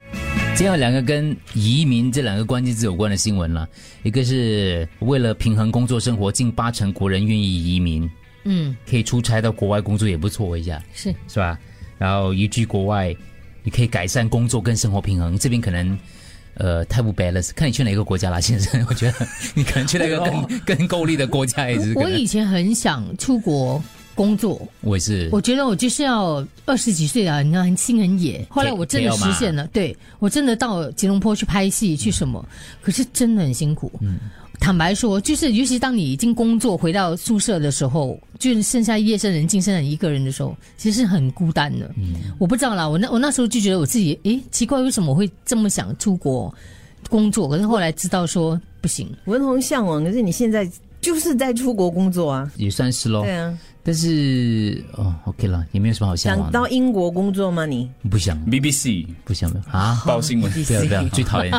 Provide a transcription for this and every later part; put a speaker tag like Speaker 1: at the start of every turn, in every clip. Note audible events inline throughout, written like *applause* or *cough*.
Speaker 1: 今天有两个跟移民这两个关键字有关的新闻了，一个是为了平衡工作生活，近八成国人愿意移民，
Speaker 2: 嗯，
Speaker 1: 可以出差到国外工作也不错一下，
Speaker 2: 是
Speaker 1: 是吧？然后移居国外，你可以改善工作跟生活平衡。这边可能。呃，太不 balance，看你去哪个国家啦，先生。我觉得你可能去
Speaker 3: *laughs*
Speaker 1: 那个更、更够力的国家也是可
Speaker 2: 我
Speaker 1: 能。
Speaker 2: 以前很想出国工作，
Speaker 1: 我也是，
Speaker 2: 我觉得我就是要二十几岁啊，你看很心很野。后来我真的实现了，对我真的到吉隆坡去拍戏去什么，可是真的很辛苦。坦白说，就是尤其当你已经工作回到宿舍的时候，就是剩下夜深人静、剩下一个人的时候，其实是很孤单的。我不知道啦，我那我那时候就觉得我自己，诶，奇怪，为什么我会这么想出国工作？可是后来知道说不行，
Speaker 3: 文宏向往，可是你现在就是在出国工作啊，
Speaker 1: 也算是咯
Speaker 3: 对。啊，
Speaker 1: 但是哦，OK 了，也没有什么好向
Speaker 3: 想
Speaker 1: 往的
Speaker 3: 到。英国工作吗你？
Speaker 1: 不想，
Speaker 4: BBC
Speaker 1: 不想啊！
Speaker 3: *laughs*
Speaker 4: 报新闻，
Speaker 1: 不要不要，最讨厌。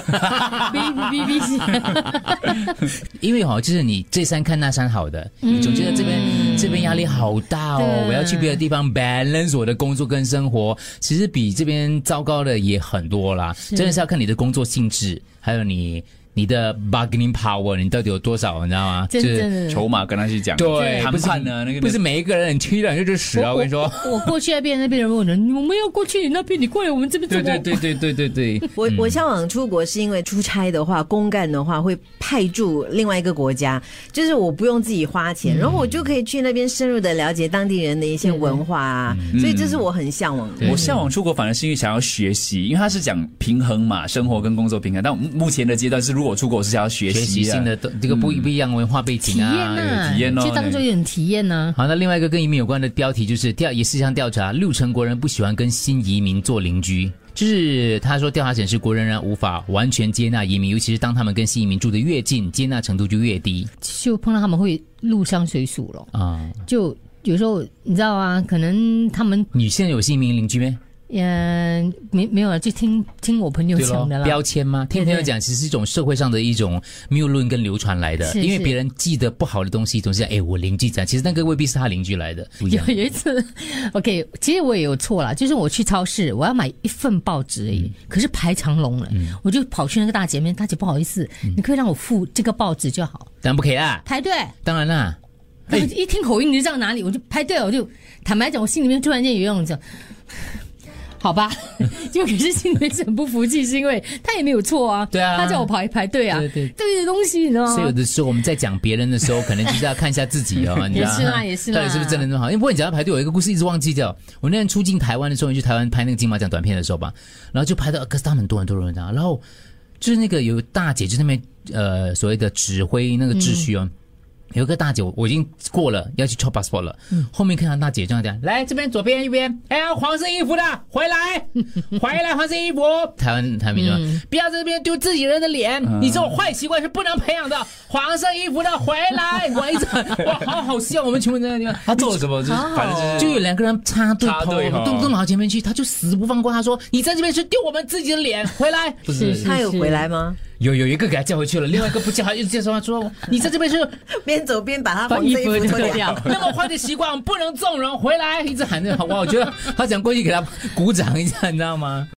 Speaker 2: 哔哔 *laughs* 哔，
Speaker 1: 因为哈、就是你这山看那山好的，你总觉得这边、这边压力好大哦，
Speaker 2: 对
Speaker 1: 我要去别的地方 balance 我的工作跟生活，其实比这边糟糕的也很多啦。真的是要看你的工作性质，还有你你的 bargaining power，你到底有多少，你知道吗？
Speaker 2: 真
Speaker 1: 就是
Speaker 2: 正的。
Speaker 4: 筹码跟他去讲，
Speaker 1: 对，
Speaker 4: 谈
Speaker 1: 不是
Speaker 4: 判呢，那个
Speaker 1: 不是每一个人你去了你就去死啊！我跟你说，
Speaker 2: 我，我过去那边那边人问人，我们要过去你那边，你过来我们这边怎
Speaker 1: 对
Speaker 2: 么？
Speaker 1: 对对对对对对，
Speaker 3: 我我向往出国是因为出差的话，公干的话会派驻另外一个国家，就是我不用自己花
Speaker 1: 嗯
Speaker 3: 钱，然后我就可以去那边深入的了解当地人的一些文化啊，所以这是我很向往的。
Speaker 1: 嗯对
Speaker 4: 我向往出国，反而是因为想要学习，因为他是讲平衡嘛，生活跟工作平衡。但我目前的阶段是，如果出国我是想要学
Speaker 1: 学习
Speaker 4: 习
Speaker 1: 新的东这个不不一样文化背
Speaker 2: 体
Speaker 1: 景
Speaker 2: 验
Speaker 1: 啊，
Speaker 2: 呐、
Speaker 4: 有体验哦
Speaker 2: 就当做一种体验啊呐、
Speaker 1: 好，那另外一个跟移民有关的标题就是调，也是一项调查，六成国人不喜欢跟新移民做邻居。就是他说，调查显示国人啊呢无法完全接纳移民，尤其是当他们跟新移民住得越近，接纳程度就越低
Speaker 2: 就碰到他们会入乡随俗咯。
Speaker 1: 啊、
Speaker 2: 就有时候你知道啊，可能他们
Speaker 1: 你现在有新移民邻居咩？
Speaker 2: 嗯、没没有啊，就听听我朋友
Speaker 1: 对咯
Speaker 2: 讲的，啦。
Speaker 1: 标啊签吗？听朋友
Speaker 2: 对对
Speaker 1: 讲，其实是一种社会上的一种谬论跟流传来的，
Speaker 2: 是
Speaker 1: 因为
Speaker 2: 是
Speaker 1: 别人记得不好的东西，总是讲哎我邻居讲，其实那个未必是他邻居来的，不一 *laughs*
Speaker 2: 有
Speaker 1: 样。
Speaker 2: 有一次，OK，其实我也有错啦，就是我去超市，我要买一份报纸而已，
Speaker 1: 嗯
Speaker 2: 可是排长龙了，我就跑去那个大姐面，大姐不好意思，
Speaker 1: 嗯
Speaker 2: 你可以让我付这个报纸就好，
Speaker 1: 当然不可以啦，
Speaker 2: 排队。
Speaker 1: 当然啦，
Speaker 2: 我
Speaker 1: 哎
Speaker 2: 一听口音你就知道哪里，我就排队，我就坦白讲，我心里面突然间有一种讲， *laughs* 好吧， *laughs* 就可是心里面是很不服气，是因为他也没有错啊，
Speaker 1: 对啊
Speaker 2: 他叫我排排队啊，
Speaker 1: 对对
Speaker 2: 这些东西你知道
Speaker 1: 所以有
Speaker 2: 吗？
Speaker 1: 的时候我们在讲别人的时候，可能就是要看一下自己
Speaker 2: *laughs*
Speaker 1: 哦，你知道吗
Speaker 2: 也是啦也是
Speaker 1: 到
Speaker 2: 啦
Speaker 1: 底是不是真的那么好？因为不过你讲到排队，我有一个故事一直忘记掉。我那天出境台湾的时候，你去台湾拍那个金马奖短片的时候吧，然后就拍到，可是他们很多很多人啊，然后就是那个有大姐就那边呃所谓的指挥那个秩序哦。有一个大姐，我我已经过了，要去 c h o p passport 了。
Speaker 4: 嗯
Speaker 1: 后面看到大姐这样讲，来这边左边右边，哎呀，黄色衣服的回
Speaker 4: *laughs*
Speaker 1: 来，回来黄色衣服。台湾台湾民众、啊
Speaker 4: 嗯
Speaker 1: 不要在这边丢自己人的脸，你这种坏习惯是不能培养的。黄色衣服的回
Speaker 4: *laughs*
Speaker 1: 来，我一直哇，好好笑，我们全部在那地方。
Speaker 4: 他做了什么？就是反正就是
Speaker 1: 啊就有两个人插队
Speaker 4: 插
Speaker 1: 头，
Speaker 4: 队哦
Speaker 1: 动不动跑前面去，他就死不放过。他说：“你在这边是丢我们自己的脸，回来！”不
Speaker 2: 是是
Speaker 3: 他有回来吗？
Speaker 1: 有有一个给他叫回去了，另外一个不叫，他一直叫说：“他说你在这边是
Speaker 3: 边走边把他
Speaker 2: 把
Speaker 3: 黄
Speaker 2: 衣
Speaker 3: 色衣
Speaker 2: 服
Speaker 3: 服脱
Speaker 2: 脱
Speaker 3: 掉。
Speaker 2: 掉。
Speaker 1: 那么坏的习惯，我们不能纵容。回来，一直喊着，哇！我觉得好想过去给他鼓掌一下，你知道吗？